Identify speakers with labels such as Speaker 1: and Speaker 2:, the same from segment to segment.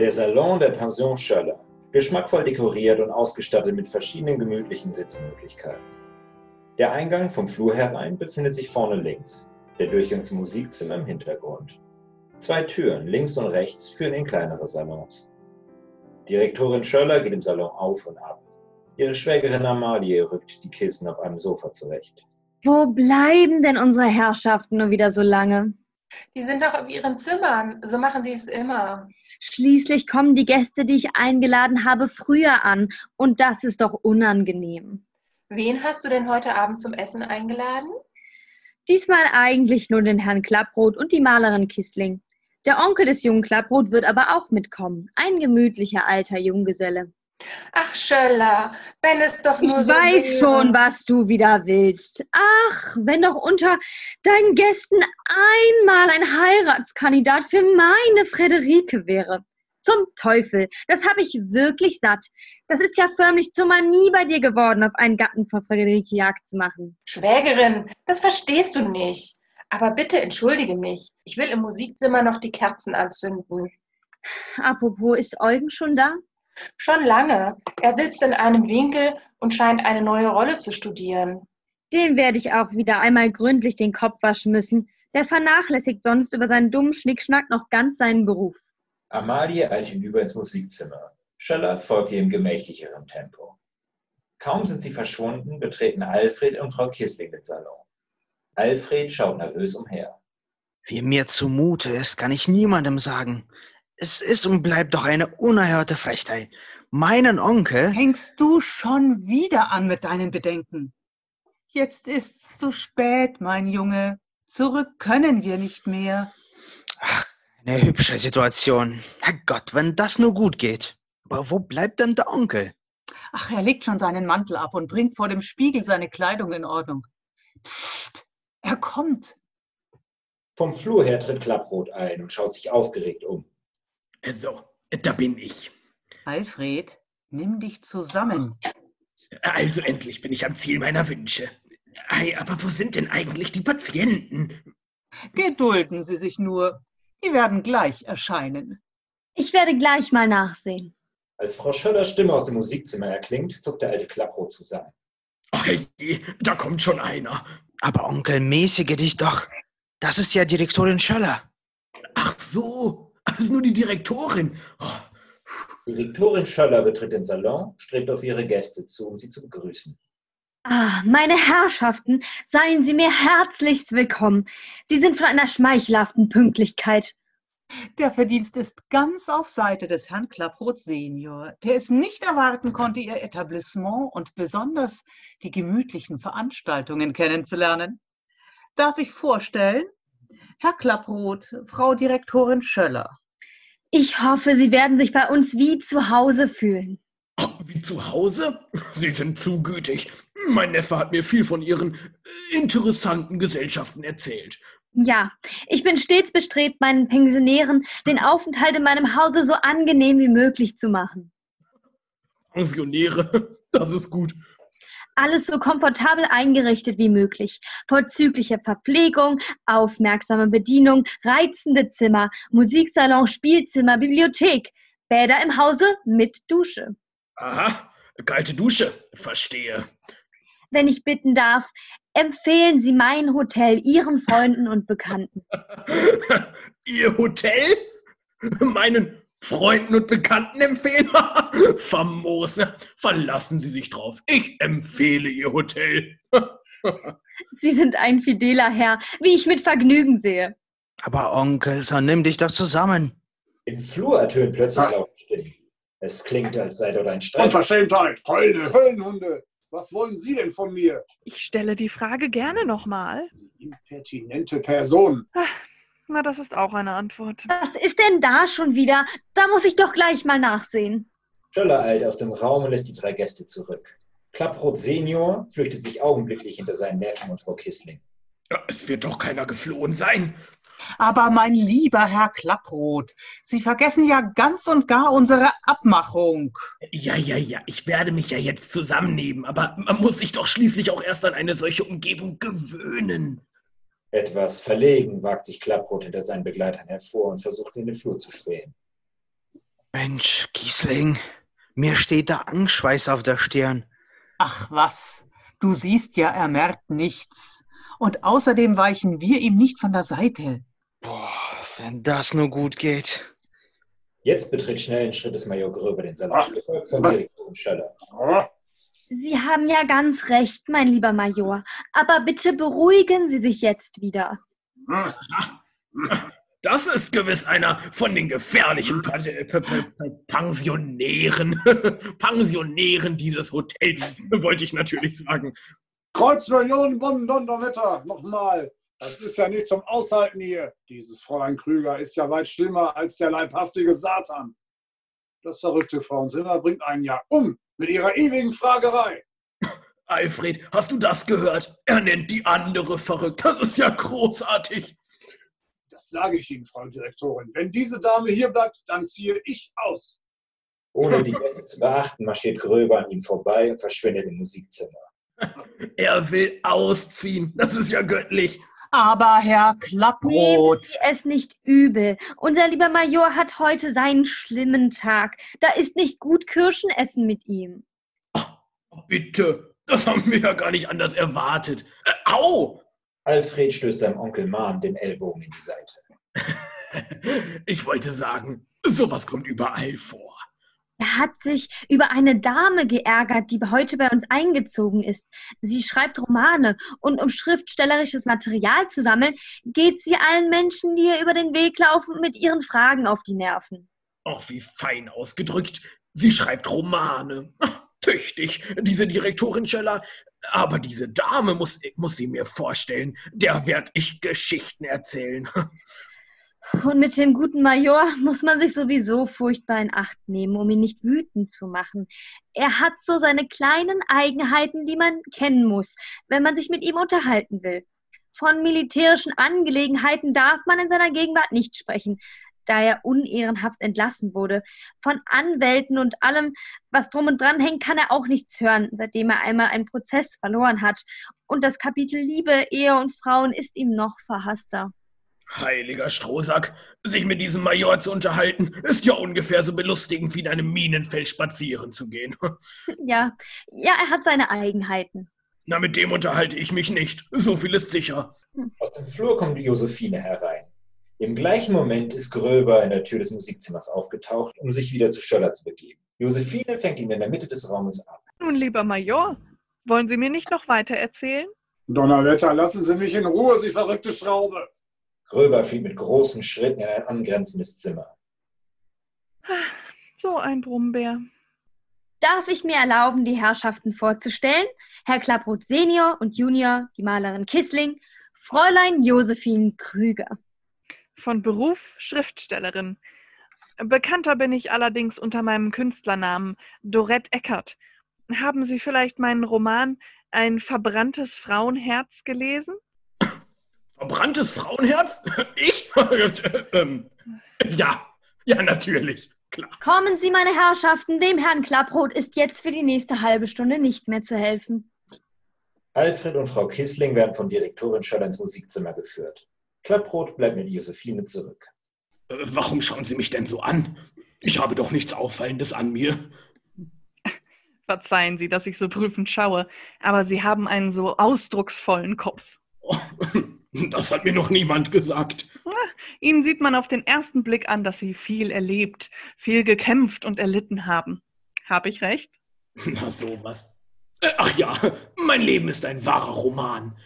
Speaker 1: Der Salon der Pension Schöller. Geschmackvoll dekoriert und ausgestattet mit verschiedenen gemütlichen Sitzmöglichkeiten. Der Eingang vom Flur herein befindet sich vorne links, der Durchgang zum Musikzimmer im Hintergrund. Zwei Türen, links und rechts, führen in kleinere Salons. Direktorin Schöller geht im Salon auf und ab. Ihre Schwägerin Amalie rückt die Kissen auf einem Sofa zurecht.
Speaker 2: Wo bleiben denn unsere Herrschaften nur wieder so lange?
Speaker 3: Die sind doch auf ihren Zimmern. So machen sie es immer.
Speaker 2: Schließlich kommen die Gäste, die ich eingeladen habe, früher an. Und das ist doch unangenehm.
Speaker 3: Wen hast du denn heute Abend zum Essen eingeladen?
Speaker 2: Diesmal eigentlich nur den Herrn Klapproth und die Malerin Kissling. Der Onkel des jungen Klapproth wird aber auch mitkommen. Ein gemütlicher alter Junggeselle.
Speaker 3: Ach, Schöller, wenn es doch nur
Speaker 2: ich
Speaker 3: so.
Speaker 2: weiß schon, was du wieder willst. Ach, wenn doch unter deinen Gästen einmal ein Heiratskandidat für meine Frederike wäre. Zum Teufel, das habe ich wirklich satt. Das ist ja förmlich zur Manie bei dir geworden, auf einen Gatten von Frederike Jagd zu machen.
Speaker 3: Schwägerin, das verstehst du nicht. Aber bitte entschuldige mich. Ich will im Musikzimmer noch die Kerzen anzünden.
Speaker 2: Apropos, ist Eugen schon da?
Speaker 3: Schon lange. Er sitzt in einem Winkel und scheint eine neue Rolle zu studieren.
Speaker 2: Dem werde ich auch wieder einmal gründlich den Kopf waschen müssen. Der vernachlässigt sonst über seinen dummen Schnickschnack noch ganz seinen Beruf.
Speaker 1: Amalie eilt hinüber ins Musikzimmer. Schöller folgt ihr im gemächlicheren Tempo. Kaum sind sie verschwunden, betreten Alfred und Frau Kissling den Salon. Alfred schaut nervös umher.
Speaker 4: Wie mir zumute ist, kann ich niemandem sagen. Es ist und bleibt doch eine unerhörte Frechheit. Meinen Onkel.
Speaker 5: Hängst du schon wieder an mit deinen Bedenken? Jetzt ist's zu spät, mein Junge. Zurück können wir nicht mehr.
Speaker 4: Ach, eine hübsche Situation. Herrgott, wenn das nur gut geht. Aber wo bleibt denn der Onkel?
Speaker 5: Ach, er legt schon seinen Mantel ab und bringt vor dem Spiegel seine Kleidung in Ordnung. Psst, er kommt.
Speaker 1: Vom Flur her tritt Klapproth ein und schaut sich aufgeregt um.
Speaker 6: So, Also, da bin ich.
Speaker 5: Alfred, nimm dich zusammen.
Speaker 6: Also endlich bin ich am Ziel meiner Wünsche. Ei, aber wo sind denn eigentlich die Patienten?
Speaker 5: Gedulden Sie sich nur. Die werden gleich erscheinen.
Speaker 2: Ich werde gleich mal nachsehen.
Speaker 1: Als Frau Schöllers Stimme aus dem Musikzimmer erklingt, zuckt der alte Klapproth zusammen.
Speaker 6: Ei, da kommt schon einer.
Speaker 4: Aber Onkel, mäßige dich doch. Das ist ja Direktorin Schöller.
Speaker 6: Ach so, das ist nur die Direktorin. Oh,
Speaker 1: Direktorin Schöller betritt den Salon, strebt auf ihre Gäste zu, um sie zu begrüßen.
Speaker 2: Ah, meine Herrschaften, seien Sie mir herzlichst willkommen. Sie sind von einer schmeichelhaften Pünktlichkeit.
Speaker 5: Der Verdienst ist ganz auf Seite des Herrn Klapproth Senior, der es nicht erwarten konnte, Ihr Etablissement und besonders die gemütlichen Veranstaltungen kennenzulernen. Darf ich vorstellen? Herr Klapproth, Frau Direktorin Schöller.
Speaker 2: Ich hoffe, Sie werden sich bei uns wie zu Hause fühlen.
Speaker 6: oh, wie zu Hause? Sie sind zu gütig. Mein Neffe hat mir viel von ihren äh, interessanten Gesellschaften erzählt.
Speaker 2: Ja, ich bin stets bestrebt, meinen Pensionären den Aufenthalt in meinem Hause so angenehm wie möglich zu machen.
Speaker 6: Pensionäre, das ist gut.
Speaker 2: Alles so komfortabel eingerichtet wie möglich. Vorzügliche Verpflegung, aufmerksame Bedienung, reizende Zimmer, Musiksalon, Spielzimmer, Bibliothek, Bäder im Hause mit Dusche.
Speaker 6: Aha, kalte Dusche, verstehe.
Speaker 2: Wenn ich bitten darf, empfehlen Sie mein Hotel Ihren Freunden und Bekannten.
Speaker 6: Ihr Hotel? Meinen Freunden und Bekannten empfehlen? Famos. ne? Verlassen Sie sich drauf. Ich empfehle Ihr Hotel.
Speaker 2: Sie sind ein fideler Herr, wie ich mit Vergnügen sehe.
Speaker 4: Aber Onkel, so nimm dich doch zusammen.
Speaker 1: Im Flur ertönen plötzlich
Speaker 7: Ah.
Speaker 1: laute Stimmen. Es
Speaker 6: Ah.
Speaker 1: klingt, als sei dort ein Streit.
Speaker 7: Unverschämtheit! Heule, Äh, Höllenhunde! Was wollen Sie denn von mir?
Speaker 8: Ich stelle die Frage gerne nochmal.
Speaker 7: Sie impertinente Person.
Speaker 8: Na, das ist auch eine Antwort.
Speaker 2: Was ist denn da schon wieder? Da muss ich doch gleich mal nachsehen.
Speaker 1: Schöller eilt aus dem Raum und lässt die drei Gäste zurück. Klapproth Senior flüchtet sich augenblicklich hinter seinen Neffen und Frau Kissling.
Speaker 6: Ja, Es wird doch keiner geflohen sein.
Speaker 5: Aber mein lieber Herr Klapproth, Sie vergessen ja ganz und gar unsere Abmachung.
Speaker 6: Ja, ja, ja, ich werde mich ja jetzt zusammennehmen, aber man muss sich doch schließlich auch erst an eine solche Umgebung gewöhnen.
Speaker 1: Etwas verlegen wagt sich Klapproth hinter seinen Begleitern hervor und versucht in den Flur zu spähen.
Speaker 4: Mensch, Giesling, mir steht der Angstschweiß auf der Stirn.
Speaker 5: Ach was, du siehst ja, er merkt nichts. Und außerdem weichen wir ihm nicht von der Seite.
Speaker 4: Boah, wenn das nur gut geht.
Speaker 1: Jetzt betritt schnellen Schrittes Major Gröber den Salat,
Speaker 6: Ah.
Speaker 1: gefolgt von
Speaker 7: was?
Speaker 1: Direktor und Schöller.
Speaker 7: Ah,
Speaker 2: Sie haben ja ganz recht, mein lieber Major. Aber bitte beruhigen Sie sich jetzt wieder.
Speaker 7: ah,
Speaker 6: Das ist gewiss einer von den gefährlichen Pa- äh, Pa- Pa- Pa- Pensionären. Pensionären dieses Hotels, wollte ich natürlich sagen.
Speaker 7: Kreuz Millionen Bomben Donnerwetter, nochmal. Das ist ja nicht zum Aushalten hier. Dieses Fräulein Krüger ist ja weit schlimmer als der leibhaftige Satan. Das verrückte Frauenzimmer bringt einen ja um mit ihrer ewigen Fragerei.
Speaker 6: Alfred, hast du das gehört? Er nennt die andere verrückt. Das ist ja großartig.
Speaker 7: Das sage ich Ihnen, Frau Direktorin. Wenn diese Dame hier bleibt, dann ziehe ich aus.
Speaker 1: Ohne die Gäste zu beachten, marschiert Gröber an ihm vorbei und verschwindet im Musikzimmer.
Speaker 6: Er will ausziehen. Das ist ja göttlich.
Speaker 5: Aber Herr
Speaker 2: Nehmen
Speaker 5: Klapprot,
Speaker 2: Sie es nicht übel. Unser lieber Major hat heute seinen schlimmen Tag. Da ist nicht gut Kirschenessen mit ihm.
Speaker 6: Bitte. Das haben wir ja gar nicht anders erwartet. Äh, au!
Speaker 1: Alfred stößt seinem Onkel Mahn den Ellbogen in die Seite.
Speaker 6: Ich wollte sagen, sowas kommt überall vor.
Speaker 2: Er hat sich über eine Dame geärgert, die heute bei uns eingezogen ist. Sie schreibt Romane und um schriftstellerisches Material zu sammeln, geht sie allen Menschen, die ihr über den Weg laufen, mit ihren Fragen auf die Nerven.
Speaker 6: Auch wie fein ausgedrückt. Sie schreibt Romane. Ach, Tüchtig, diese Direktorin Scheller. Aber diese Dame muss, muss sie mir vorstellen. Der werd ich Geschichten erzählen.
Speaker 2: Und mit dem guten Major muss man sich sowieso furchtbar in Acht nehmen, um ihn nicht wütend zu machen. Er hat so seine kleinen Eigenheiten, die man kennen muss, wenn man sich mit ihm unterhalten will. Von militärischen Angelegenheiten darf man in seiner Gegenwart nicht sprechen, da er unehrenhaft entlassen wurde. Von Anwälten und allem, was drum und dran hängt, kann er auch nichts hören, seitdem er einmal einen Prozess verloren hat. Und das Kapitel Liebe, Ehe und Frauen ist ihm noch verhasster.
Speaker 6: Heiliger Strohsack, sich mit diesem Major zu unterhalten, ist ja ungefähr so belustigend wie in einem Minenfeld spazieren zu gehen.
Speaker 2: Ja, ja, er hat seine Eigenheiten.
Speaker 6: Na, mit dem unterhalte ich mich nicht. So viel ist sicher.
Speaker 1: Aus dem Flur kommt Josephine herein. Im gleichen Moment ist Gröber in der Tür des Musikzimmers aufgetaucht, um sich wieder zu Schöller zu begeben. Josephine fängt ihn in der Mitte des Raumes ab.
Speaker 8: Nun, lieber Major, wollen Sie mir nicht noch weiter erzählen?
Speaker 7: Donnerwetter, lassen Sie mich in Ruhe, Sie verrückte Schraube.
Speaker 1: Gröber flieht mit großen Schritten in ein angrenzendes Zimmer.
Speaker 8: So ein Brummbär.
Speaker 2: Darf ich mir erlauben, die Herrschaften vorzustellen? Herr Klapproth Senior und Junior, die Malerin Kissling, Fräulein Josephine Krüger.
Speaker 8: Von Beruf Schriftstellerin. Bekannter bin ich allerdings unter meinem Künstlernamen Dorette Eckert. Haben Sie vielleicht meinen Roman Ein verbranntes Frauenherz gelesen?
Speaker 6: Verbranntes Frauenherz? Ich? ähm, ja, ja, natürlich. Klar.
Speaker 2: Kommen Sie, meine Herrschaften, dem Herrn Klapproth ist jetzt für die nächste halbe Stunde nicht mehr zu helfen.
Speaker 1: Alfred und Frau Kissling werden von Direktorin Schöller ins Musikzimmer geführt. Klapproth bleibt mit Josephine zurück.
Speaker 6: Äh, Warum schauen Sie mich denn so an? Ich habe doch nichts Auffallendes an mir.
Speaker 8: Verzeihen Sie, dass ich so prüfend schaue, aber Sie haben einen so ausdrucksvollen Kopf.
Speaker 6: Oh, das hat mir noch niemand gesagt.
Speaker 8: Ihnen sieht man auf den ersten Blick an, dass Sie viel erlebt, viel gekämpft und erlitten haben. Habe ich recht?
Speaker 6: Na, sowas. Äh, Ach ja, mein Leben ist ein wahrer Roman.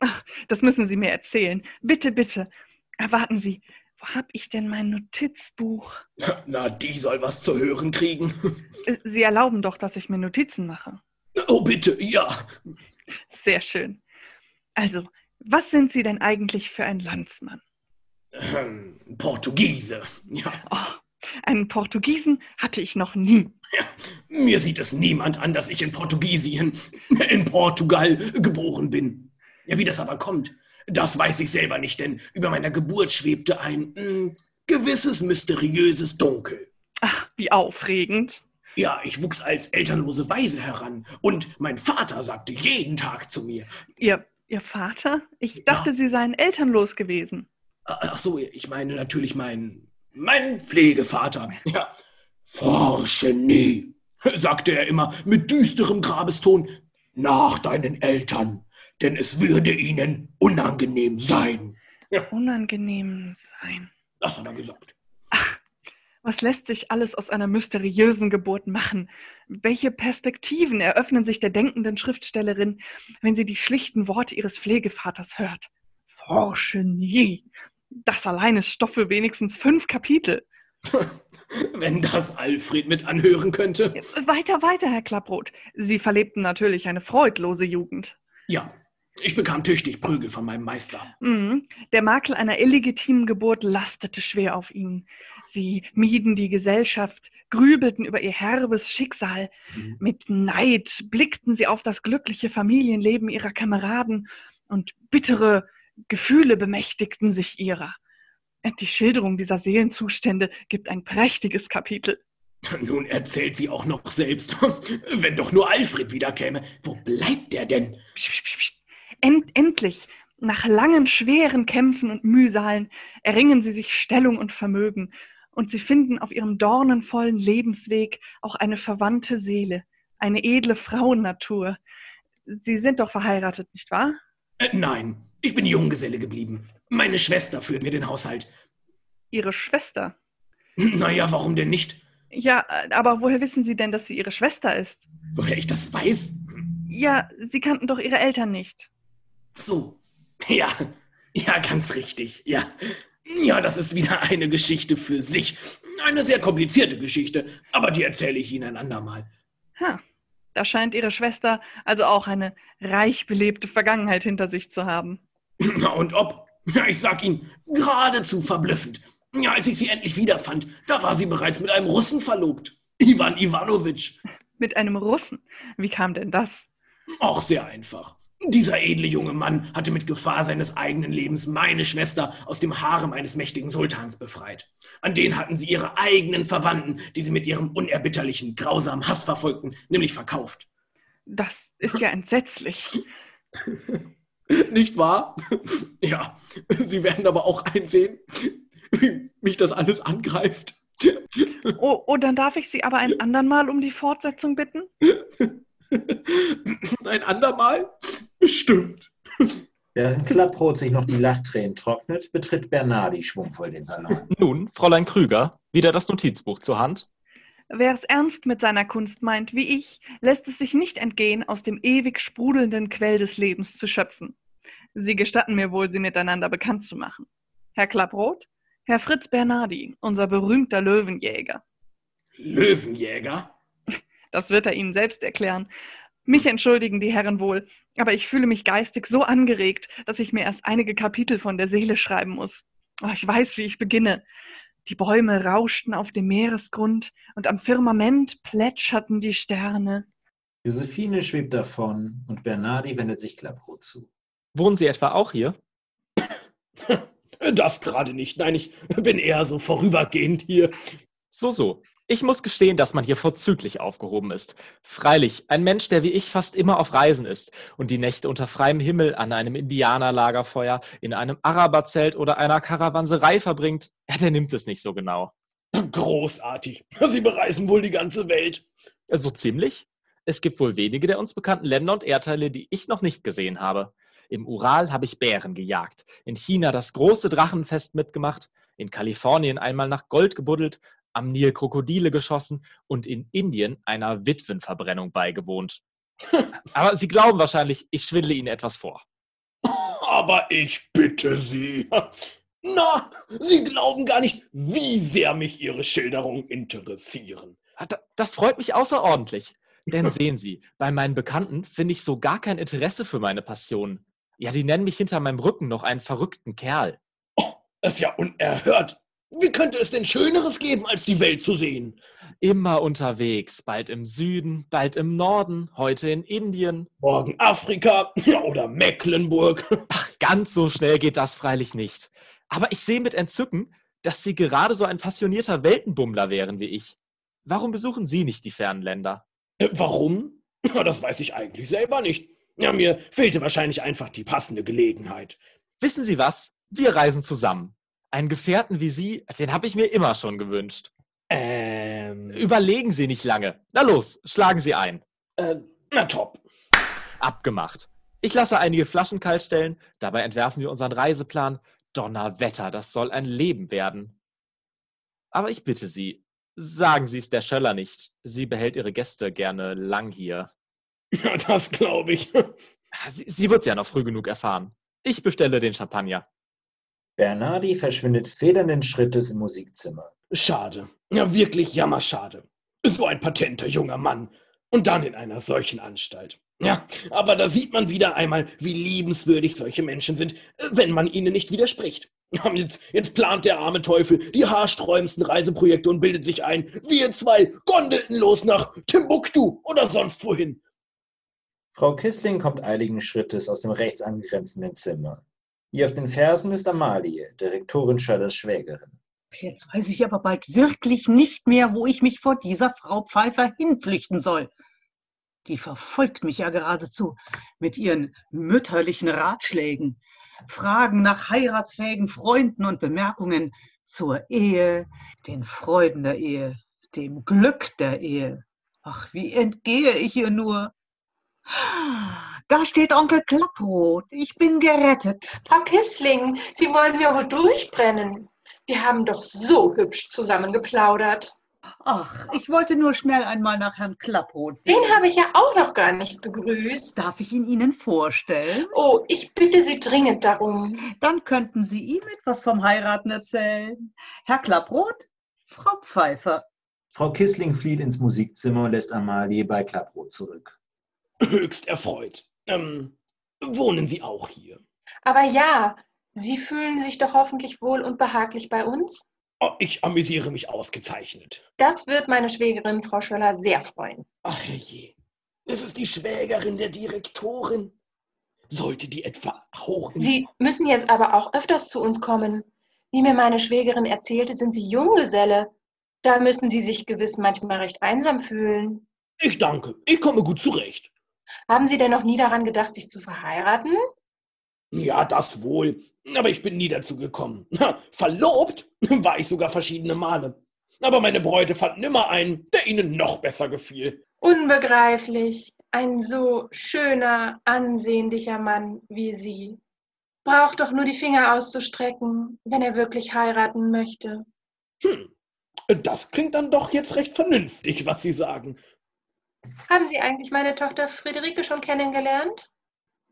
Speaker 8: Das müssen Sie mir erzählen. Bitte, bitte. Erwarten Sie, wo habe ich denn mein Notizbuch?
Speaker 6: Na, die soll was zu hören kriegen.
Speaker 8: Äh, Sie erlauben doch, dass ich mir Notizen mache.
Speaker 6: Oh, bitte, ja.
Speaker 8: Sehr schön. Also, was sind Sie denn eigentlich für ein Landsmann?
Speaker 6: Ähm, Portugiese. Ja,
Speaker 8: Oh, einen Portugiesen hatte ich noch nie.
Speaker 6: mir sieht es niemand an, dass ich in Portugiesien, in Portugal geboren bin. Ja, wie das aber kommt, das weiß ich selber nicht, denn über meiner Geburt schwebte ein mh, gewisses mysteriöses Dunkel.
Speaker 8: Ach, wie aufregend.
Speaker 6: Ja, ich wuchs als elternlose Waise heran und mein Vater sagte jeden Tag zu mir,
Speaker 8: Ihr, Ihr Vater? Ich dachte, Sie seien elternlos gewesen.
Speaker 6: Ach so, ich meine natürlich meinen, meinen Pflegevater. Ja. Forsche nie, sagte er immer mit düsterem Grabeston, nach deinen Eltern, denn es würde ihnen unangenehm sein.
Speaker 8: Unangenehm sein.
Speaker 6: Das hat er gesagt.
Speaker 8: Was lässt sich alles aus einer mysteriösen Geburt machen? Welche Perspektiven eröffnen sich der denkenden Schriftstellerin, wenn sie die schlichten Worte ihres Pflegevaters hört? Forsche nie. Das allein ist Stoff für wenigstens fünf Kapitel.
Speaker 6: Wenn das Alfred mit anhören könnte.
Speaker 8: Weiter, weiter, Herr Klapproth. Sie verlebten natürlich eine freudlose Jugend.
Speaker 6: Ja, ich bekam tüchtig Prügel von meinem Meister.
Speaker 8: Mhm. Der Makel einer illegitimen Geburt lastete schwer auf ihnen. Sie mieden die Gesellschaft, grübelten über ihr herbes Schicksal.
Speaker 6: Mhm.
Speaker 8: Mit Neid blickten sie auf das glückliche Familienleben ihrer Kameraden und bittere Gefühle bemächtigten sich ihrer. Die Schilderung dieser Seelenzustände gibt ein prächtiges Kapitel.
Speaker 6: Nun erzählt sie auch noch selbst. Wenn doch nur Alfred wiederkäme. Wo bleibt er denn?
Speaker 8: Psch, psch, psch, psch. End, endlich, nach langen, schweren Kämpfen und Mühsalen, erringen sie sich Stellung und Vermögen. Und sie finden auf ihrem dornenvollen Lebensweg auch eine verwandte Seele, eine edle Frauennatur. Sie sind doch verheiratet, nicht wahr?
Speaker 6: Äh, nein, ich bin Junggeselle geblieben. Meine Schwester führt mir den Haushalt.
Speaker 8: Ihre Schwester.
Speaker 6: Naja, warum denn nicht?
Speaker 8: Ja, aber woher wissen Sie denn, dass sie Ihre Schwester ist?
Speaker 6: Woher ich das weiß?
Speaker 8: Ja, Sie kannten doch Ihre Eltern nicht.
Speaker 6: Ach So. Ja, ja, ganz richtig. Ja. Ja, das ist wieder eine Geschichte für sich. Eine sehr komplizierte Geschichte, aber die erzähle ich Ihnen ein andermal.
Speaker 8: Ha, da scheint Ihre Schwester also auch eine reich belebte Vergangenheit hinter sich zu haben.
Speaker 6: Na und ob? Ja, ich sag Ihnen, geradezu verblüffend. Ja, als ich sie endlich wiederfand, da war sie bereits mit einem Russen verlobt. Ivan Ivanovich.
Speaker 8: Mit einem Russen. Wie kam denn das?
Speaker 6: Auch sehr einfach. Dieser edle junge Mann hatte mit Gefahr seines eigenen Lebens meine Schwester aus dem Harem eines mächtigen Sultans befreit. An den hatten sie ihre eigenen Verwandten, die sie mit ihrem unerbitterlichen, grausamen Hass verfolgten, nämlich verkauft.
Speaker 8: Das ist ja entsetzlich.
Speaker 6: Nicht wahr? Ja, Sie werden aber auch einsehen, wie mich das alles angreift.
Speaker 8: Oh, oh, dann darf ich Sie aber ein andern Mal um die Fortsetzung bitten?
Speaker 6: Ein andermal? Bestimmt.
Speaker 1: Während Klapprot sich noch die Lachtränen trocknet, betritt Bernardi schwungvoll den Salon.
Speaker 9: Nun, Fräulein Krüger, wieder das Notizbuch zur Hand.
Speaker 8: Wer es ernst mit seiner Kunst meint, wie ich, lässt es sich nicht entgehen, aus dem ewig sprudelnden Quell des Lebens zu schöpfen. Sie gestatten mir wohl, Sie miteinander bekannt zu machen. Herr Klapproth, Herr Fritz Bernardi, unser berühmter Löwenjäger.
Speaker 6: Löwenjäger?
Speaker 8: Das wird er Ihnen selbst erklären. Mich entschuldigen die Herren wohl, aber ich fühle mich geistig so angeregt, dass ich mir erst einige Kapitel von der Seele schreiben muss. Oh, ich weiß, wie ich beginne. Die Bäume rauschten auf dem Meeresgrund und am Firmament plätscherten die Sterne.
Speaker 1: Josephine schwebt davon und Bernardi wendet sich Klapprot zu.
Speaker 9: Wohnen Sie etwa auch hier?
Speaker 6: Äh, Das gerade nicht. Nein, ich bin eher so vorübergehend hier.
Speaker 9: So, so. Ich muss gestehen, dass man hier vorzüglich aufgehoben ist. Freilich, ein Mensch, der wie ich fast immer auf Reisen ist und die Nächte unter freiem Himmel an einem Indianerlagerfeuer, in einem Araberzelt oder einer Karawanserei verbringt, ja, der nimmt es nicht so genau.
Speaker 6: Großartig. Sie bereisen wohl die ganze Welt.
Speaker 9: So ziemlich? Es gibt wohl wenige der uns bekannten Länder und Erdteile, die ich noch nicht gesehen habe. Im Ural habe ich Bären gejagt, in China das große Drachenfest mitgemacht, in Kalifornien einmal nach Gold gebuddelt, am Nil Krokodile geschossen und in Indien einer Witwenverbrennung beigewohnt. Aber Sie glauben wahrscheinlich, ich schwindle Ihnen etwas vor.
Speaker 6: Aber ich bitte Sie. Na, Sie glauben gar nicht, wie sehr mich Ihre Schilderungen interessieren.
Speaker 9: Ah, da- Das freut mich außerordentlich. Denn sehen Sie, bei meinen Bekannten finde ich so gar kein Interesse für meine Passionen. Ja, die nennen mich hinter meinem Rücken noch einen verrückten Kerl.
Speaker 6: Oh, Das ist ja unerhört. Wie könnte es denn Schöneres geben, als die Welt zu sehen?
Speaker 9: Immer unterwegs, bald im Süden, bald im Norden, heute in Indien.
Speaker 6: Morgen Afrika oder Mecklenburg.
Speaker 9: Ganz so schnell geht das freilich nicht. Aber ich sehe mit Entzücken, dass Sie gerade so ein passionierter Weltenbummler wären wie ich. Warum besuchen Sie nicht die fernen Länder?
Speaker 6: Äh, Warum? Ja, Das weiß ich eigentlich selber nicht. Ja, mir fehlte wahrscheinlich einfach die passende Gelegenheit.
Speaker 9: Wissen Sie was? Wir reisen zusammen. Einen Gefährten wie Sie, den habe ich mir immer schon gewünscht.
Speaker 6: Ähm,
Speaker 9: Überlegen Sie nicht lange. Na los, schlagen Sie ein.
Speaker 6: äh, na top.
Speaker 9: Abgemacht. Ich lasse einige Flaschen kalt stellen, dabei entwerfen wir unseren Reiseplan. Donnerwetter, das soll ein Leben werden. Aber ich bitte Sie, sagen Sie es der Schöller nicht. Sie behält ihre Gäste gerne lang hier.
Speaker 6: Ja, das glaube ich.
Speaker 9: Sie, sie wird es ja noch früh genug erfahren. Ich bestelle den Champagner.
Speaker 1: Bernardi verschwindet federnden Schrittes im Musikzimmer.
Speaker 6: Schade. Ja, wirklich jammerschade. So ein patenter junger Mann. Und dann in einer solchen Anstalt. Ja, aber da sieht man wieder einmal, wie liebenswürdig solche Menschen sind, äh, wenn man ihnen nicht widerspricht. Ja, Jetzt, jetzt plant der arme Teufel die haarsträubendsten Reiseprojekte und bildet sich ein, wir zwei gondelten los nach Timbuktu oder sonst wohin.
Speaker 1: Frau Kissling kommt eiligen Schrittes aus dem rechts angrenzenden Zimmer. Ihr auf den Fersen ist Amalie, Direktorin Schöllers Schwägerin.
Speaker 5: Jetzt weiß ich aber bald wirklich nicht mehr, wo ich mich vor dieser Frau Pfeiffer hinflüchten soll. Die verfolgt mich ja geradezu mit ihren mütterlichen Ratschlägen, Fragen nach heiratsfähigen Freunden und Bemerkungen zur Ehe, den Freuden der Ehe, dem Glück der Ehe. Ach, wie entgehe ich ihr nur? Da steht Onkel Klapproth. Ich bin gerettet.
Speaker 3: Frau Kissling, Sie wollen mir wohl durchbrennen. Wir haben doch so hübsch zusammen geplaudert.
Speaker 5: Ach, ich wollte nur schnell einmal nach Herrn Klapproth sehen.
Speaker 3: Den habe ich ja auch noch gar nicht begrüßt.
Speaker 5: Darf ich ihn Ihnen vorstellen?
Speaker 3: Oh, ich bitte Sie dringend darum.
Speaker 5: Dann könnten Sie ihm etwas vom Heiraten erzählen. Herr Klapproth, Frau Pfeiffer.
Speaker 1: Frau Kissling flieht ins Musikzimmer und lässt Amalie bei Klapproth zurück.
Speaker 6: Höchst erfreut. Ähm, wohnen Sie auch hier?
Speaker 3: Aber ja, Sie fühlen sich doch hoffentlich wohl und behaglich bei uns.
Speaker 6: Oh, ich amüsiere mich ausgezeichnet.
Speaker 3: Das wird meine Schwägerin Frau Schöller sehr freuen.
Speaker 6: Ach je, es ist die Schwägerin der Direktorin. Sollte die etwa auch in
Speaker 3: Sie müssen jetzt aber auch öfters zu uns kommen. Wie mir meine Schwägerin erzählte, sind Sie Junggeselle. Da müssen Sie sich gewiss manchmal recht einsam fühlen.
Speaker 6: Ich danke, ich komme gut zurecht.
Speaker 3: Haben Sie denn noch nie daran gedacht, sich zu verheiraten?
Speaker 6: Ja, das wohl, aber ich bin nie dazu gekommen. Ha, verlobt war ich sogar verschiedene Male. Aber meine Bräute fanden immer einen, der ihnen noch besser gefiel.
Speaker 3: Unbegreiflich. Ein so schöner, ansehnlicher Mann wie Sie. Braucht doch nur die Finger auszustrecken, wenn er wirklich heiraten möchte.
Speaker 6: Hm, das klingt dann doch jetzt recht vernünftig, was Sie sagen.
Speaker 3: Haben Sie eigentlich meine Tochter Friederike schon kennengelernt?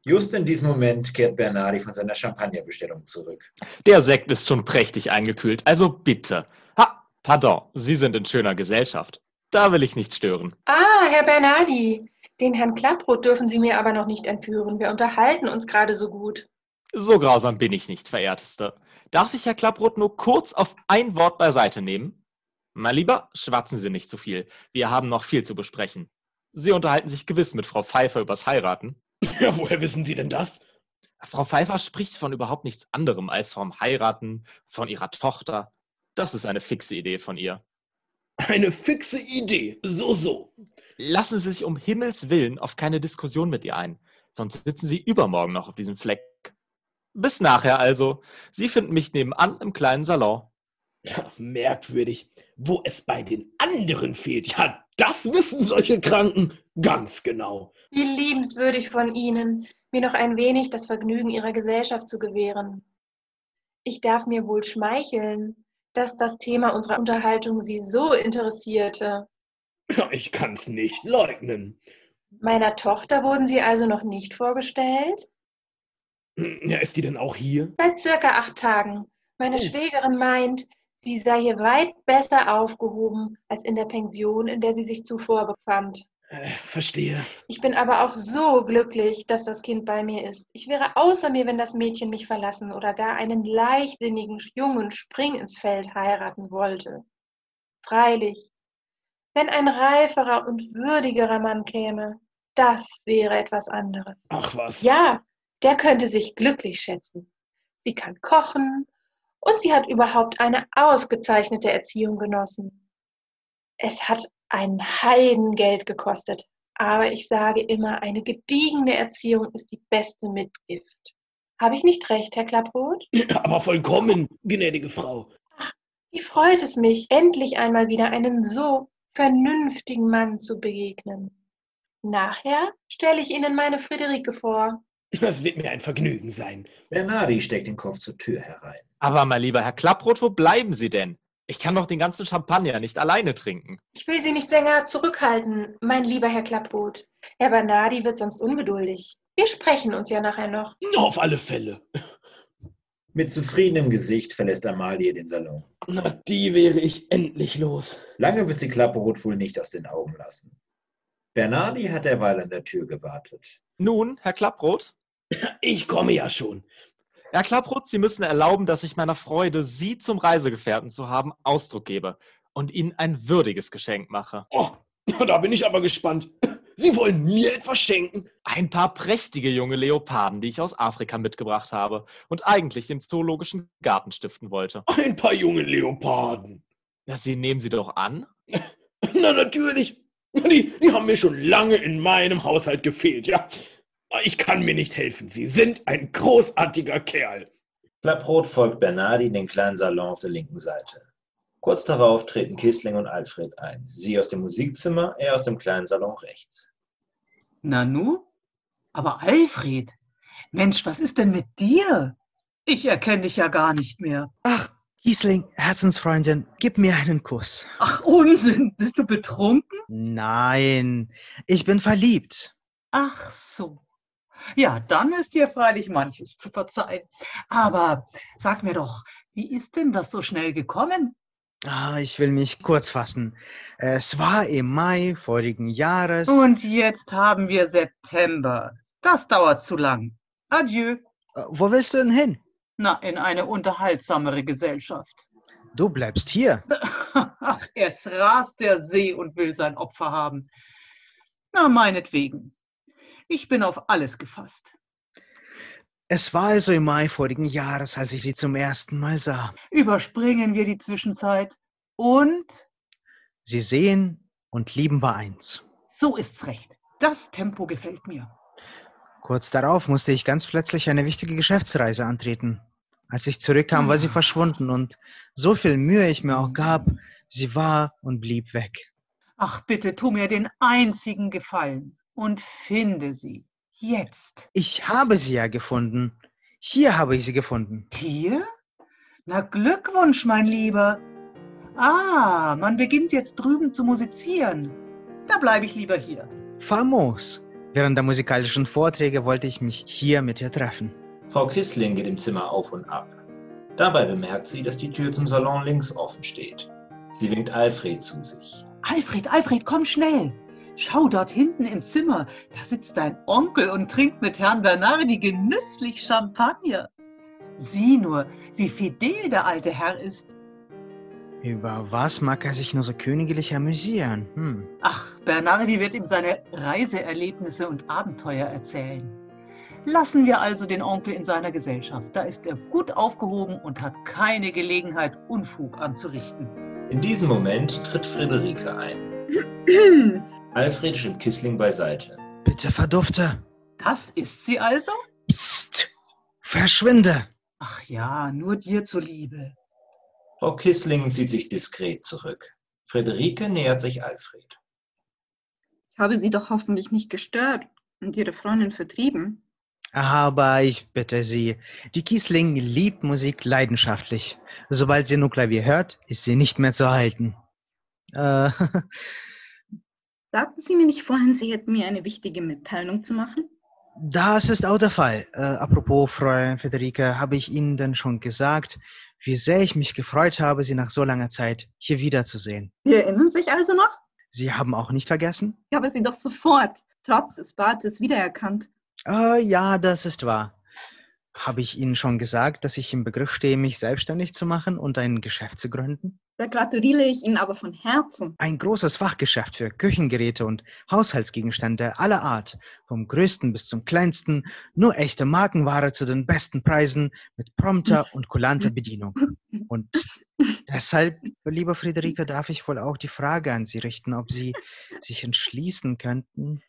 Speaker 1: Just in diesem Moment kehrt Bernardi von seiner Champagnerbestellung zurück.
Speaker 9: Der Sekt ist schon prächtig eingekühlt, also bitte. Ha, pardon, Sie sind in schöner Gesellschaft. Da will ich nicht stören.
Speaker 3: Ah, Herr Bernardi. Den Herrn Klapproth dürfen Sie mir aber noch nicht entführen. Wir unterhalten uns gerade so gut.
Speaker 9: So grausam bin ich nicht, verehrteste. Darf ich Herr Klapproth nur kurz auf ein Wort beiseite nehmen? Mein Lieber, schwatzen Sie nicht zu viel. Wir haben noch viel zu besprechen. Sie unterhalten sich gewiss mit Frau Pfeiffer übers Heiraten.
Speaker 6: Ja, woher wissen Sie denn das?
Speaker 9: Frau Pfeiffer spricht von überhaupt nichts anderem als vom Heiraten, von ihrer Tochter. Das ist eine fixe Idee von ihr.
Speaker 6: Eine fixe Idee. So, so.
Speaker 9: Lassen Sie sich um Himmels Willen auf keine Diskussion mit ihr ein, sonst sitzen Sie übermorgen noch auf diesem Fleck. Bis nachher also. Sie finden mich nebenan im kleinen Salon.
Speaker 6: Ja, merkwürdig. Wo es bei den anderen fehlt, ja, das wissen solche Kranken ganz genau.
Speaker 3: Wie liebenswürdig von Ihnen, mir noch ein wenig das Vergnügen Ihrer Gesellschaft zu gewähren. Ich darf mir wohl schmeicheln, dass das Thema unserer Unterhaltung Sie so interessierte.
Speaker 6: Ja, ich kann's nicht leugnen.
Speaker 3: Meiner Tochter wurden Sie also noch nicht vorgestellt?
Speaker 6: Hm, Ja, ist die denn auch hier?
Speaker 3: Seit circa acht Tagen. Meine
Speaker 6: Oh.
Speaker 3: Schwägerin meint, sie sei hier weit besser aufgehoben als in der Pension, in der sie sich zuvor befand.
Speaker 6: Äh, verstehe.
Speaker 3: Ich bin aber auch so glücklich, dass das Kind bei mir ist. Ich wäre außer mir, wenn das Mädchen mich verlassen oder gar einen leichtsinnigen jungen Spring ins Feld heiraten wollte. Freilich, wenn ein reiferer und würdigerer Mann käme, das wäre etwas anderes.
Speaker 6: Ach was.
Speaker 3: Ja, der könnte sich glücklich schätzen. Sie kann kochen und sie hat überhaupt eine ausgezeichnete Erziehung genossen. Es hat ein Heidengeld gekostet, aber ich sage immer, eine gediegene Erziehung ist die beste Mitgift. Habe ich nicht recht, Herr Klapproth?
Speaker 6: Aber vollkommen, gnädige Frau.
Speaker 3: Wie freut es mich, endlich einmal wieder einem so vernünftigen Mann zu begegnen. Nachher stelle ich Ihnen meine Friederike vor.
Speaker 10: Das wird mir ein Vergnügen sein.
Speaker 1: Bernardi steckt den Kopf zur Tür herein.
Speaker 9: Aber mein lieber Herr Klapproth, wo bleiben Sie denn? Ich kann doch den ganzen Champagner nicht alleine trinken.
Speaker 3: Ich will Sie nicht länger zurückhalten, mein lieber Herr Klapproth. Herr Bernardi wird sonst ungeduldig. Wir sprechen uns ja nachher noch.
Speaker 10: Auf alle Fälle.
Speaker 1: Mit zufriedenem Gesicht verlässt Amalie den Salon.
Speaker 10: Na, die wäre ich endlich los.
Speaker 1: Lange wird sie Klapperrot wohl nicht aus den Augen lassen. Bernardi hat derweil an der Tür gewartet.
Speaker 9: Nun, Herr Klapproth?
Speaker 10: Ich komme ja schon.
Speaker 9: Herr Klapproth, Sie müssen erlauben, dass ich meiner Freude, Sie zum Reisegefährten zu haben, Ausdruck gebe und Ihnen ein würdiges Geschenk mache.
Speaker 10: Oh, da bin ich aber gespannt. Sie wollen mir etwas schenken?
Speaker 9: Ein paar prächtige junge Leoparden, die ich aus Afrika mitgebracht habe und eigentlich dem zoologischen Garten stiften wollte.
Speaker 10: Ein paar junge Leoparden.
Speaker 9: Ja, Sie nehmen sie doch an?
Speaker 10: Na, natürlich. Die, die haben mir schon lange in meinem Haushalt gefehlt, ja. Ich kann mir nicht helfen. Sie sind ein großartiger Kerl.
Speaker 1: Klapprot folgt Bernardi in den kleinen Salon auf der linken Seite. Kurz darauf treten Kissling und Alfred ein. Sie aus dem Musikzimmer, er aus dem kleinen Salon rechts.
Speaker 5: Nanu? Aber Alfred, Mensch, was ist denn mit dir? Ich erkenne dich ja gar nicht mehr.
Speaker 4: Ach, Kiesling, Herzensfreundin, gib mir einen Kuss.
Speaker 5: Ach, Unsinn, bist du betrunken?
Speaker 4: Nein, ich bin verliebt.
Speaker 5: Ach so. Ja, dann ist dir freilich manches zu verzeihen. Aber sag mir doch, wie ist denn das so schnell gekommen?
Speaker 4: Ah, ich will mich kurz fassen. Es war im Mai vorigen Jahres.
Speaker 5: Und jetzt haben wir September. Das dauert zu lang. Adieu.
Speaker 4: Äh, Wo willst du denn hin?
Speaker 5: Na, in eine unterhaltsamere Gesellschaft.
Speaker 4: Du bleibst hier.
Speaker 5: Ach, erst rast der See und will sein Opfer haben. Na, meinetwegen. Ich bin auf alles gefasst.
Speaker 4: Es war also im Mai vorigen Jahres, als ich sie zum ersten Mal sah.
Speaker 5: Überspringen wir die Zwischenzeit. Und
Speaker 4: Sie sehen und lieben war eins.
Speaker 5: so ist's recht. Das Tempo gefällt mir.
Speaker 4: Kurz darauf musste ich ganz plötzlich eine wichtige Geschäftsreise antreten. Als ich zurückkam,
Speaker 5: Ah.
Speaker 4: war sie verschwunden und so viel Mühe ich
Speaker 5: Mhm.
Speaker 4: mir auch gab, sie war und blieb weg.
Speaker 5: Ach, bitte tu mir den einzigen Gefallen und finde sie. Jetzt.
Speaker 4: Ich habe sie ja gefunden. Hier habe ich sie gefunden.
Speaker 5: Hier? Na, Glückwunsch, mein Lieber. Ah, man beginnt jetzt drüben zu musizieren. Da bleibe ich lieber hier.
Speaker 4: Famos. Während der musikalischen Vorträge wollte ich mich hier mit ihr treffen.
Speaker 1: Frau Kissling geht im Zimmer auf und ab. Dabei bemerkt sie, dass die Tür zum Salon links offen steht. Sie winkt Alfred zu sich.
Speaker 5: Alfred, Alfred, komm schnell. Schau dort hinten im Zimmer. Da sitzt dein Onkel und trinkt mit Herrn Bernardi genüsslich Champagner. Sieh nur, wie fidel der alte Herr ist.
Speaker 4: Über was mag er sich nur so königlich amüsieren? Hm.
Speaker 5: Ach, Bernardi wird ihm seine Reiseerlebnisse und Abenteuer erzählen. Lassen wir also den Onkel in seiner Gesellschaft. Da ist er gut aufgehoben und hat keine Gelegenheit, Unfug anzurichten.
Speaker 1: In diesem Moment tritt Friederike ein. Alfred schiebt Kissling beiseite.
Speaker 4: Bitte verdufte.
Speaker 5: Das ist sie also?
Speaker 4: Psst. Verschwinde.
Speaker 5: Ach ja, nur dir zuliebe.
Speaker 1: Frau Kissling zieht sich diskret zurück. Friederike nähert sich Alfred.
Speaker 11: Ich habe sie doch hoffentlich nicht gestört und ihre Freundin vertrieben.
Speaker 4: Aber ich bitte Sie, die Kiesling liebt Musik leidenschaftlich. Sobald sie nur Klavier hört, ist sie nicht mehr zu halten. Äh,
Speaker 11: Sagten Sie mir nicht vorhin, Sie hätten mir eine wichtige Mitteilung zu machen?
Speaker 4: das ist auch der Fall. Äh, apropos, Fräulein Federica, habe ich Ihnen denn schon gesagt, wie sehr ich mich gefreut habe, Sie nach so langer Zeit hier wiederzusehen.
Speaker 11: Sie erinnern sich also noch?
Speaker 4: Sie haben auch nicht vergessen?
Speaker 11: Ich habe Sie doch sofort, trotz des Bartes, wiedererkannt.
Speaker 4: Äh, ja, das ist wahr. Habe ich Ihnen schon gesagt, dass ich im Begriff stehe, mich selbstständig zu machen und ein Geschäft zu gründen?
Speaker 11: Da gratuliere ich Ihnen aber von Herzen.
Speaker 4: ein großes Fachgeschäft für Küchengeräte und Haushaltsgegenstände aller Art, vom größten bis zum kleinsten, nur echte Markenware zu den besten Preisen mit prompter und kulanter Bedienung. Und deshalb, lieber Friederike, darf ich wohl auch die Frage an Sie richten, ob Sie sich entschließen könnten.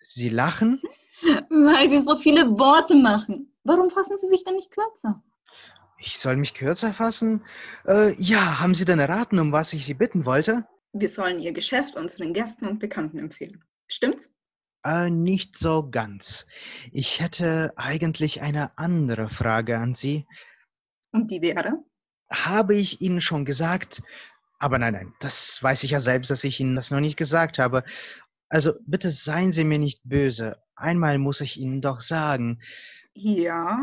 Speaker 4: Sie lachen?
Speaker 11: Weil Sie so viele Worte machen. Warum fassen Sie sich denn nicht kürzer?
Speaker 4: Ich soll mich kürzer fassen? Äh, ja, haben Sie denn erraten, um was ich Sie bitten wollte?
Speaker 11: Wir sollen Ihr Geschäft unseren Gästen und Bekannten empfehlen. Stimmt's?
Speaker 4: Äh, nicht so ganz. Ich hätte eigentlich eine andere Frage an Sie.
Speaker 11: Und die wäre?
Speaker 4: Habe ich Ihnen schon gesagt, aber nein, nein, das weiß ich ja selbst, dass ich Ihnen das noch nicht gesagt habe. Also bitte seien Sie mir nicht böse. Einmal muss ich Ihnen doch sagen,
Speaker 11: Ja.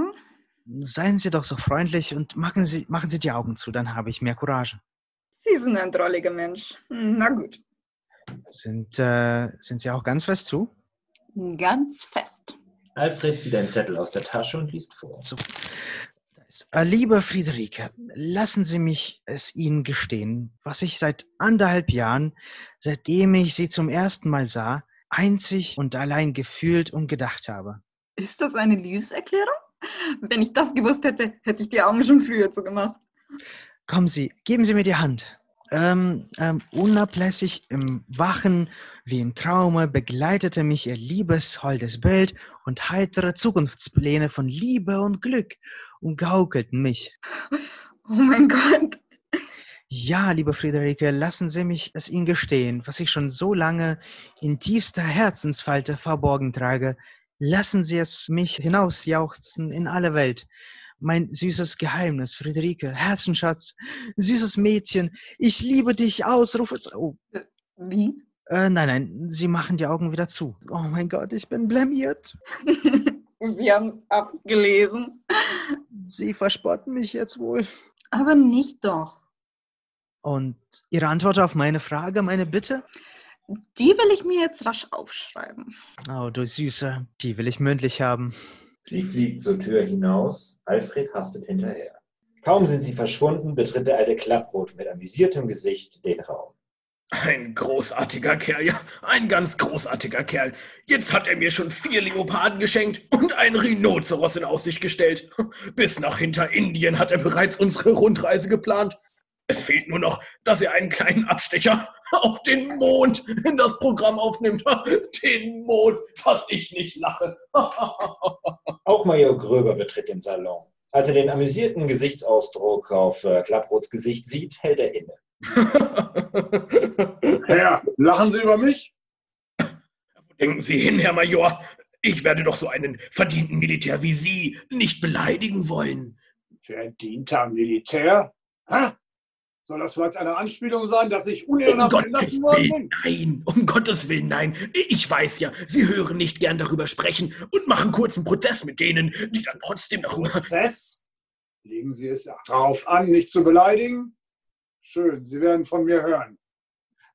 Speaker 4: seien Sie doch so freundlich und machen Sie, machen Sie die Augen zu, dann habe ich mehr Courage.
Speaker 11: Sie sind ein drolliger Mensch. Na gut.
Speaker 4: Sind, äh, sind Sie auch ganz fest zu?
Speaker 11: Ganz fest.
Speaker 1: Alfred zieht einen Zettel aus der Tasche und liest vor.
Speaker 4: Äh, Liebe Friederike, lassen Sie mich es Ihnen gestehen, was ich seit anderthalb Jahren, seitdem ich Sie zum ersten Mal sah, einzig und allein gefühlt und gedacht habe.
Speaker 11: Ist das eine Liebeserklärung? Wenn ich das gewusst hätte, hätte ich die Augen schon früher zugemacht.
Speaker 4: Kommen Sie, geben Sie mir die Hand. Ähm, ähm, unablässig im Wachen wie im Traume begleitete mich ihr liebes, holdes Bild und heitere Zukunftspläne von Liebe und Glück umgaukelten mich.
Speaker 11: Oh mein Gott.
Speaker 4: Ja, liebe Friederike, lassen Sie mich es Ihnen gestehen, was ich schon so lange in tiefster Herzensfalte verborgen trage. Lassen Sie es mich hinausjauchzen in alle Welt. Mein süßes Geheimnis, Friederike, Herzensschatz, süßes Mädchen, ich liebe dich, Ausrufe. Oh,
Speaker 11: Wie?
Speaker 4: äh, nein, nein, Sie machen die Augen wieder zu. Oh mein Gott, ich bin blamiert.
Speaker 11: Wir haben es abgelesen.
Speaker 4: Sie verspotten mich jetzt wohl.
Speaker 11: Aber nicht doch.
Speaker 4: Und Ihre Antwort auf meine Frage, meine Bitte?
Speaker 11: Die will ich mir jetzt rasch aufschreiben.
Speaker 4: Oh, du Süße, die will ich mündlich haben.
Speaker 1: Sie fliegt zur Tür hinaus, Alfred hastet hinterher. Kaum sind sie verschwunden, betritt der alte Klapprot mit amüsiertem Gesicht den Raum.
Speaker 6: Ein großartiger Kerl, ja, ein ganz großartiger Kerl. Jetzt hat er mir schon vier Leoparden geschenkt und einen Rhinoceros in Aussicht gestellt. Bis nach Hinterindien hat er bereits unsere Rundreise geplant. Es fehlt nur noch, dass er einen kleinen Abstecher auf den Mond in das Programm aufnimmt. Den Mond, dass ich nicht lache.
Speaker 1: Auch Major Gröber betritt den Salon. Als er den amüsierten Gesichtsausdruck auf äh, Klapprots Gesicht sieht, hält er inne.
Speaker 7: Herr, lachen Sie über mich?
Speaker 6: Denken Sie hin, Herr Major. Ich werde doch so einen verdienten Militär wie Sie nicht beleidigen wollen.
Speaker 7: Verdienter Militär? Hä? Soll das vielleicht eine Anspielung sein, dass ich
Speaker 6: Um
Speaker 7: unehrenhaft
Speaker 6: Gottes
Speaker 7: entlassen worden bin?
Speaker 6: Willen, nein, um Gottes Willen, nein. Ich weiß ja, Sie hören nicht gern darüber sprechen und machen kurzen Prozess mit denen, die dann trotzdem darüber.
Speaker 7: Prozess? Legen Sie es darauf an, mich zu beleidigen? Schön, Sie werden von mir hören.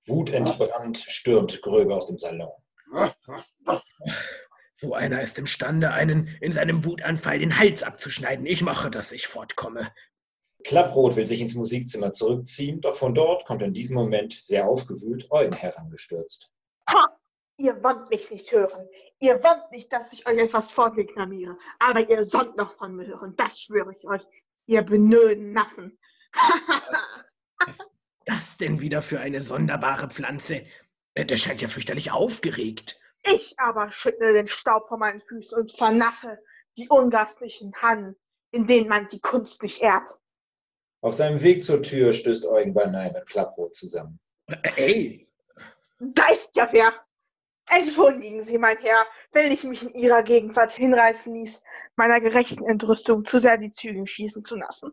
Speaker 1: Wutentbrannt stürmt Gröber aus dem Salon.
Speaker 6: So einer ist imstande, einen in seinem Wutanfall den Hals abzuschneiden. Ich mache, dass ich fortkomme.
Speaker 1: Klapprot will sich ins Musikzimmer zurückziehen, doch von dort kommt in diesem Moment sehr aufgewühlt Eugen herangestürzt.
Speaker 12: Ha! Ihr wollt mich nicht hören. Ihr wollt nicht, dass ich euch etwas vordeklamiere. Aber ihr sollt noch von mir hören. Das schwöre ich euch. Ihr benöden Naffen.
Speaker 6: Das denn wieder für eine sonderbare Pflanze? Äh, Der scheint ja fürchterlich aufgeregt.
Speaker 12: ich aber schüttle den Staub von meinen Füßen und vernasse die ungastlichen Hannen, in denen man die Kunst nicht ehrt.
Speaker 1: Auf seinem Weg zur Tür stößt Eugen beinahe mit Klapprot zusammen.
Speaker 6: Äh, Ey,
Speaker 12: Da ist ja wer. Entschuldigen Sie, mein Herr, wenn ich mich in Ihrer Gegenwart hinreißen ließ, meiner gerechten Entrüstung zu sehr die Zügel schießen zu lassen.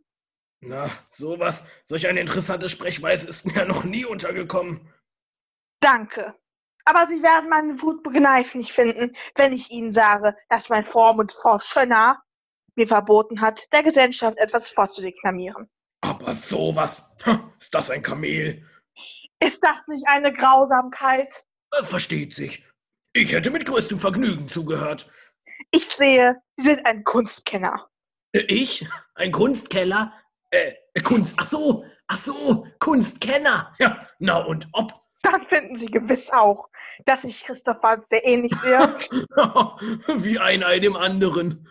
Speaker 6: Na, sowas, solch eine interessante Sprechweise ist mir ja noch nie untergekommen.
Speaker 12: Danke. Aber Sie werden meine Wut begneiflich finden, wenn ich Ihnen sage, dass mein Vormund Frau Schöner mir verboten hat, der Gesellschaft etwas vorzudeklamieren.
Speaker 6: Aber sowas, ha, ist das ein Kamel?
Speaker 12: Ist das nicht eine Grausamkeit?
Speaker 6: Äh, Versteht sich. Ich hätte mit größtem Vergnügen zugehört.
Speaker 12: Ich sehe, Sie sind ein Kunstkenner.
Speaker 6: Äh, Ich? Ein Kunstkeller? Äh, Kunst, ach so, ach so, Kunstkenner. Ja, na und ob.
Speaker 12: Dann finden Sie gewiss auch, dass ich Christoph Waltz sehr ähnlich sehe.
Speaker 6: Wie ein Ei dem anderen.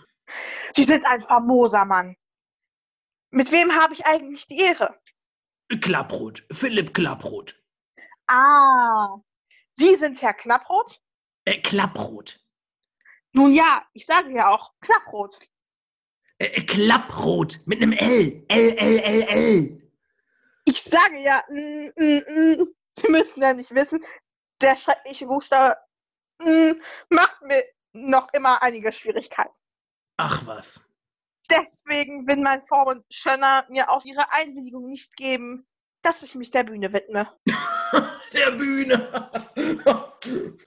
Speaker 12: Sie sind ein famoser Mann. Mit wem habe ich eigentlich die Ehre?
Speaker 6: Klapproth, Philipp Klapproth.
Speaker 12: Ah, Sie sind Herr Knapprot?
Speaker 6: Äh, Klapproth.
Speaker 12: Nun ja, ich sage ja auch Knapprot.
Speaker 6: Äh, Klapprot mit einem L. L, L, L, L.
Speaker 12: Ich sage ja, mm, mm, mm, wir müssen ja nicht wissen, der schreckliche Buchstabe mm, macht mir noch immer einige Schwierigkeiten.
Speaker 6: Ach was.
Speaker 12: Deswegen will mein Vormund Schöner mir auch ihre Einwilligung nicht geben, dass ich mich der Bühne widme.
Speaker 6: Der Bühne.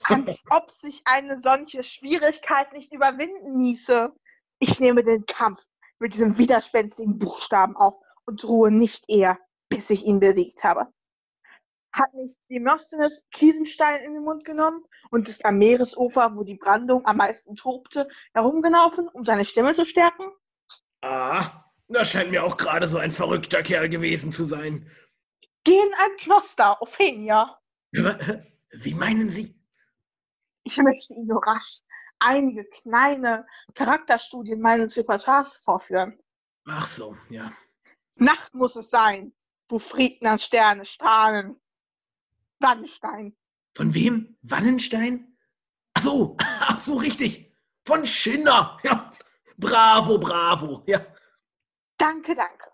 Speaker 12: Als ob sich eine solche Schwierigkeit nicht überwinden ließe. Ich nehme den Kampf mit diesem widerspenstigen Buchstaben auf und ruhe nicht eher, bis ich ihn besiegt habe. Hat nicht Demosthenes Kiesenstein in den Mund genommen und ist am Meeresufer, wo die Brandung am meisten tobte, herumgelaufen, um seine Stimme zu stärken?
Speaker 6: Ah, das scheint mir auch gerade so ein verrückter Kerl gewesen zu sein.
Speaker 12: Geh in ein Kloster, Ophelia.
Speaker 6: Wie meinen Sie?
Speaker 12: Ich möchte Ihnen nur rasch einige kleine Charakterstudien meines Repertoires vorführen.
Speaker 6: Ach so, ja.
Speaker 12: Nacht muss es sein, wo Frieden an Sterne strahlen. Wannstein.
Speaker 6: Von wem? Wallenstein? Ach so, ach so, richtig. Von Schinner. Ja. Bravo, bravo. Ja.
Speaker 12: Danke, danke.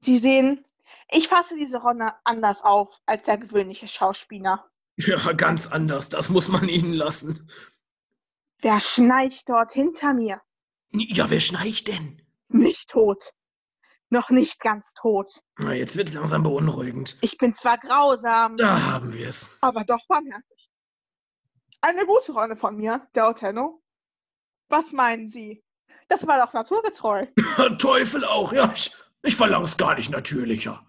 Speaker 12: Sie sehen, ich fasse diese Rolle anders auf als der gewöhnliche Schauspieler.
Speaker 6: ja, ganz anders. Das muss man Ihnen lassen.
Speaker 12: Wer schneit dort hinter mir?
Speaker 6: Ja, wer schneit denn?
Speaker 12: Nicht tot. Noch nicht ganz tot.
Speaker 6: Na, jetzt wird's langsam beunruhigend.
Speaker 12: Ich bin zwar grausam,
Speaker 6: Da haben wir es.
Speaker 12: aber doch barmherzig. Eine gute Rolle von mir, der Otello. Was meinen Sie? Das war doch naturgetreu.
Speaker 6: Teufel auch, ja. Ich, ich verlang's gar nicht natürlicher.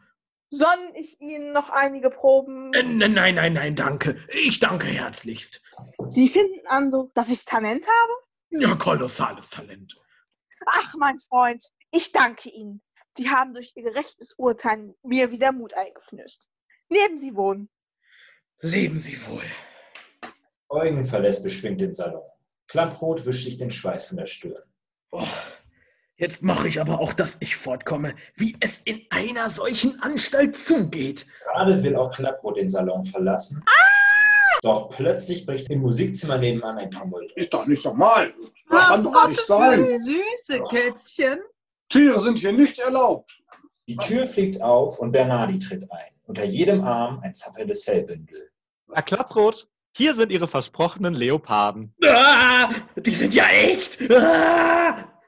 Speaker 12: Sollen ich Ihnen noch einige Proben?
Speaker 6: Äh, nein, nein, nein, nein, danke. Ich danke herzlichst.
Speaker 12: Sie finden an, so, dass ich Talent habe?
Speaker 6: Ja, kolossales Talent.
Speaker 12: Ach, mein Freund, ich danke Ihnen. Sie haben durch Ihr gerechtes Urteil mir wieder Mut eingeflößt. Nehmen Sie wohnen.
Speaker 6: Leben Sie wohl.
Speaker 1: Eugen verlässt beschwingt den Salon. Klapprot wischt sich den Schweiß von der Stirn.
Speaker 6: Oh, Jetzt mache ich aber auch, dass ich fortkomme, wie es in einer solchen Anstalt zugeht.
Speaker 1: Gerade will auch Klapprot den Salon verlassen. Doch plötzlich bricht im Musikzimmer nebenan ein Tumult. Ist doch nicht normal.
Speaker 7: Das kann doch nicht sein.
Speaker 5: Süße Kätzchen.
Speaker 1: Tiere sind hier nicht erlaubt. Die Tür fliegt auf und Bernardi tritt ein. Unter jedem Arm ein zappelndes Fellbündel.
Speaker 9: Herr Klapprot, hier sind Ihre versprochenen Leoparden.
Speaker 6: Ah, die sind ja echt. Ah,